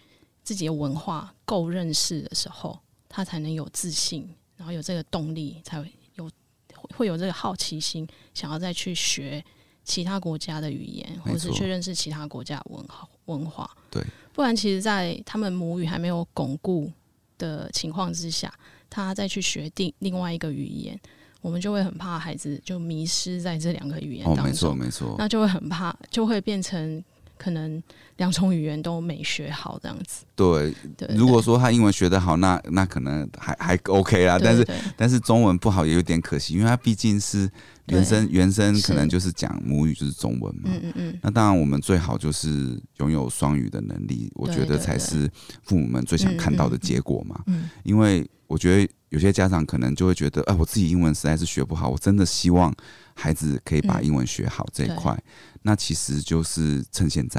自己的文化够认识的时候，他才能有自信，然后有这个动力，才会有会会有这个好奇心，想要再去学其他国家的语言，没或是错去认识其他国家的文化文化。对，不然其实，在他们母语还没有巩固的情况之下，他再去学定另外一个语言，我们就会很怕孩子就迷失在这两个语言哦，没当错中，没错，那就会很怕，就会变成可能两种语言都没学好这样子。对。对，如果说他英文学得好，那那可能还还 OK 啦，对但是对但是中文不好也有点可惜，因为它毕竟是原生原生，可能是就是讲母语就是中文嘛。嗯嗯嗯，那当然，我们最好就是拥有双语的能力，我觉得对才是父母们最想看到的结果嘛。嗯因为我觉得有些家长可能就会觉得，哎、我自己英文实在是学不好，我真的希望孩子可以把嗯英文学好这一对块。那其实就是趁现在，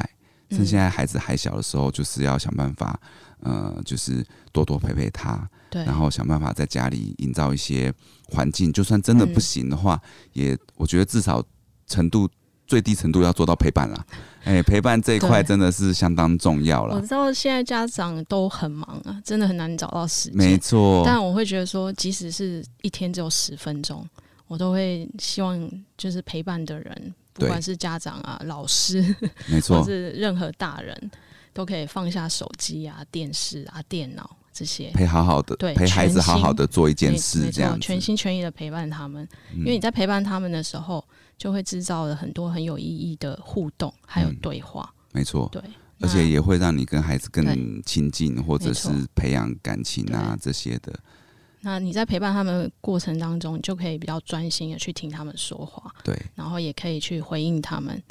趁嗯现在孩子还小的时候，就是要想办法，呃，就是多多陪陪他，对，然后想办法在家里营造一些环境，就算真的不行的话，嗯也我觉得至少程度最低程度要做到陪 伴啦。哎、陪伴这一块对真的是相当重要我了。知道现在家长都很忙啊，真的很难找到时没间。错，但我会觉得说，即使是一天只有十分钟，我都会希望就是陪伴的人，不对管是家长啊、老师，没或错，是任何大人，都可以放下手机啊、电视啊、电脑这些，陪好好的，对陪孩子全心好好的做一没件事，没这错，样子全。心全意的陪伴他们。嗯因为你在陪伴他们的时候，就会制造了很多很有意义的互动，还有嗯对话。没错，对，而且也会让你跟孩子更亲近，或者没是错培养感情啊这些的。那你在陪伴他们的过程当中，你就可以比较专心的去听他们说话， 对，然后也可以去回应他们，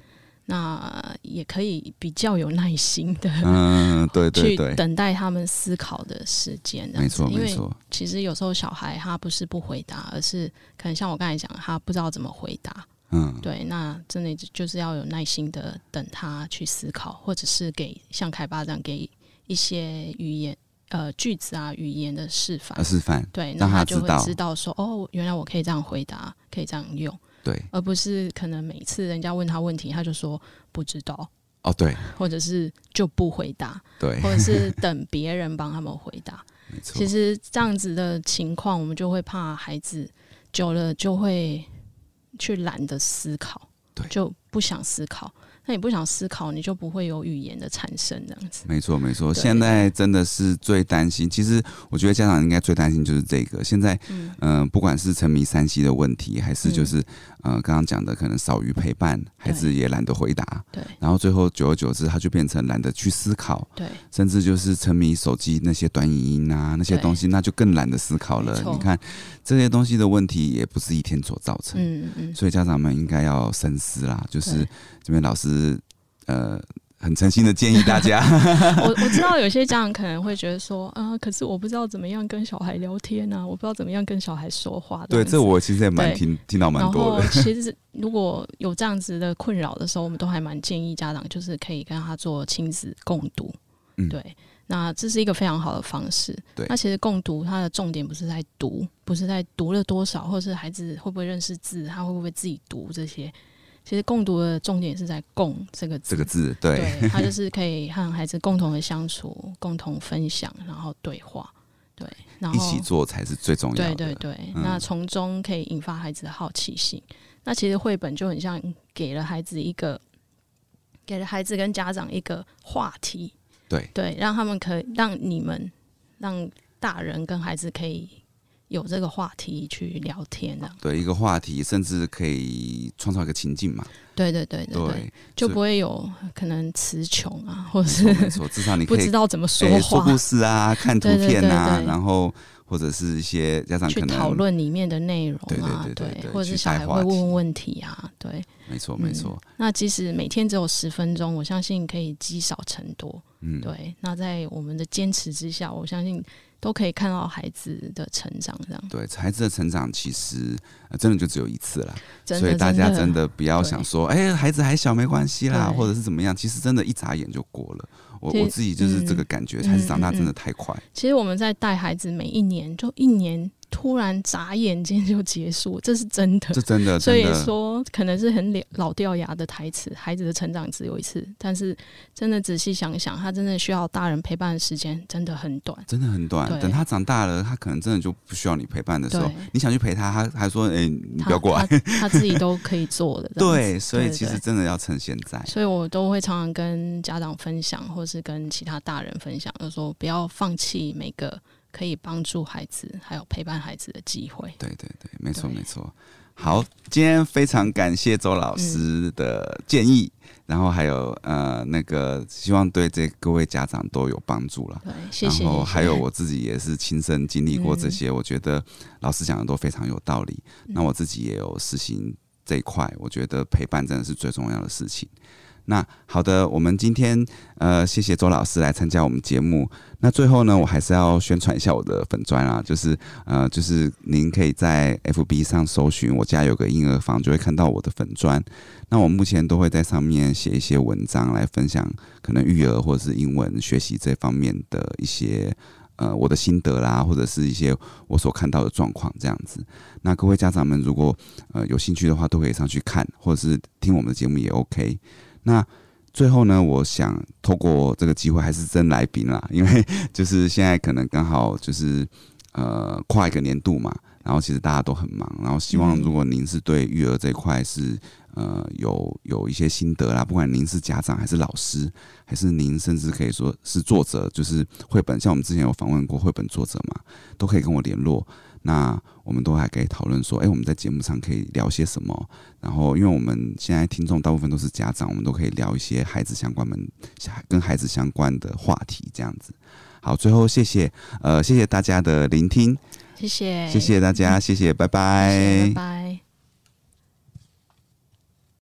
那也可以比较有耐心的嗯， 对对去对，等待他们思考的时间。这样没子错因没为错，其实有时候小孩他不是不回答，而是可能像我刚才讲，他不知道怎么回答。嗯，对，那真的就是要有耐心的等他去思考，或者是给像凯巴这样给一些语言呃句子啊语言的示范呃，。示范，对，那让他他就知道会知道说，哦，原来我可以这样回答，可以这样用，对，而不是可能每次人家问他问题，他就说不知道，哦，对或者是就不回答，对，或者是等别人帮他们回答。没错其，实这样子的情况，我们就会怕孩子久了就会去懒得思考，对就不想思考。那你不想思考，你就不会有语言的产生，这样子。没错，没错，对现在真的是最担心。其实我觉得家长应该最担心就是这个。现在，嗯、不管是沉迷三 C 的问题，还是就是、嗯呃刚刚讲的可能少于陪伴，孩子也懒得回答，对然后最后久而久之，他就变成懒得去思考，对甚至就是沉迷手机那些短语音啊那些对东西，那就更懒得思考了没。错你看这些东西的问题也不是一天所造成，嗯嗯所以家长们应该要深思啦。就是对这边老师呃很诚心的建议大 家。嗯，我我知道有些家长可能会觉得说，啊、可是我不知道怎么样跟小孩聊天啊，我不知道怎么样跟小孩说话。对，样这子我其实也蛮对听听到蛮然多后的。其实如果有这样子的困扰的时候，我们都还蛮建议家长就是可以跟他做亲子共读，嗯对，那这是一个非常好的方式。对那其实共读它的重点不是在读，不是在读了多少，或是孩子会不会认识字，他会不会自己读这些。其实共读的重点是在“共”这个字，这个字，对，对，他就是可以和孩子共同的相处、共同分享，然后对话，对，然后一起做才是最重要的。对对对，嗯那从中可以引发孩子的好奇心。那其实绘本就很像给了孩子一个，给了孩子跟家长一个话题，对对，让他们可以让你们让大人跟孩子可以有这个话题去聊天啊的、对一个话题，甚至可以创造一个情境嘛。对对对对对，对，就所以不会有可能词穷啊，或者没错没是错，至少你不可知以道怎么说诶说话。故事啊，看图对对片啊对，对然后或者是一些家长去啊可讨能，论里面的内容对对啊，对对对或者去是小带孩话会题问问题啊，对，没错没嗯错，那即使每天只有十分钟，我相信可以积少成多。嗯，对，那在我们的坚持之下，我相信都可以看到孩子的成长。这样，对，孩子的成长其实呃真的就只有一次啦，真所的以大家真的的不要对想说，哎、孩子还小没关系啦，对或者是怎么样，其实真的，一眨眼就过了。我其实嗯我自己就是这个感觉，孩子长大真的太快，其实我们在带孩子每一年，就一年突然眨眼间就结束，这是真的这。真的嗯 所真以的说，可能是很老掉牙的台词，孩子的成长只有一次。但是真的仔细想想，他真的需要大人陪伴的时间真的很短。真的很短。对等他长大了，他可能真的就不需要你陪伴的时候对，你想去陪他，他还说：“哎、你不要过来。他他他自己都可以做的。”这样子 对，所以对其实对真的要趁现在。所以我都会常常跟家长分享，或是跟其他大人分享，就说不要放弃每个可以帮助孩子，还有陪伴孩子的机会。对对对，没错对没错。好，今天非常感谢周老嗯师的建议，然后还有呃那个，希望对这各位家长都有帮助了。对，谢谢。然后谢谢还有我自己也是亲身经历过这些，我觉得老师讲的都非常有道理。那我自己也有实行这一块，我觉得陪伴真的是最重要的事情。那好的，我们今天呃，谢谢周老师来参加我们节目。那最后呢，我还是要宣传一下我的粉砖啊，就是呃，就是您可以在 FB 上搜寻我家有个婴儿房，就会看到我的粉砖。那我目前都会在上面写一些文章来分享可能育儿或者是英文学习这方面的一些呃我的心得啦，或者是一些我所看到的状况这样子。那各位家长们如果呃有兴趣的话，都可以上去看，或者是听我们的节目也 OK。那最后呢，我想透过这个机会，还是真来宾啦，因为 就是现在可能刚好就是呃跨一个年度嘛，然后其实大家都很忙，然后希望嗯如果您是对育儿这一块是呃有有一些心得啦，不管您是家长还是老师，还是您甚至可以说是作者，就是绘本，像我们之前有访问过绘本作者嘛，都可以跟我联络。那我们都还可以讨论说，哎、我们在节目上可以聊些什么？然后，因为我们现在听众大部分都是家长，我们都可以聊一些孩子相关们跟孩子相关的话题，这样子。好，最后谢谢，呃，谢谢大家的聆听，谢谢，嗯谢谢大家，谢谢，拜谢谢，拜拜。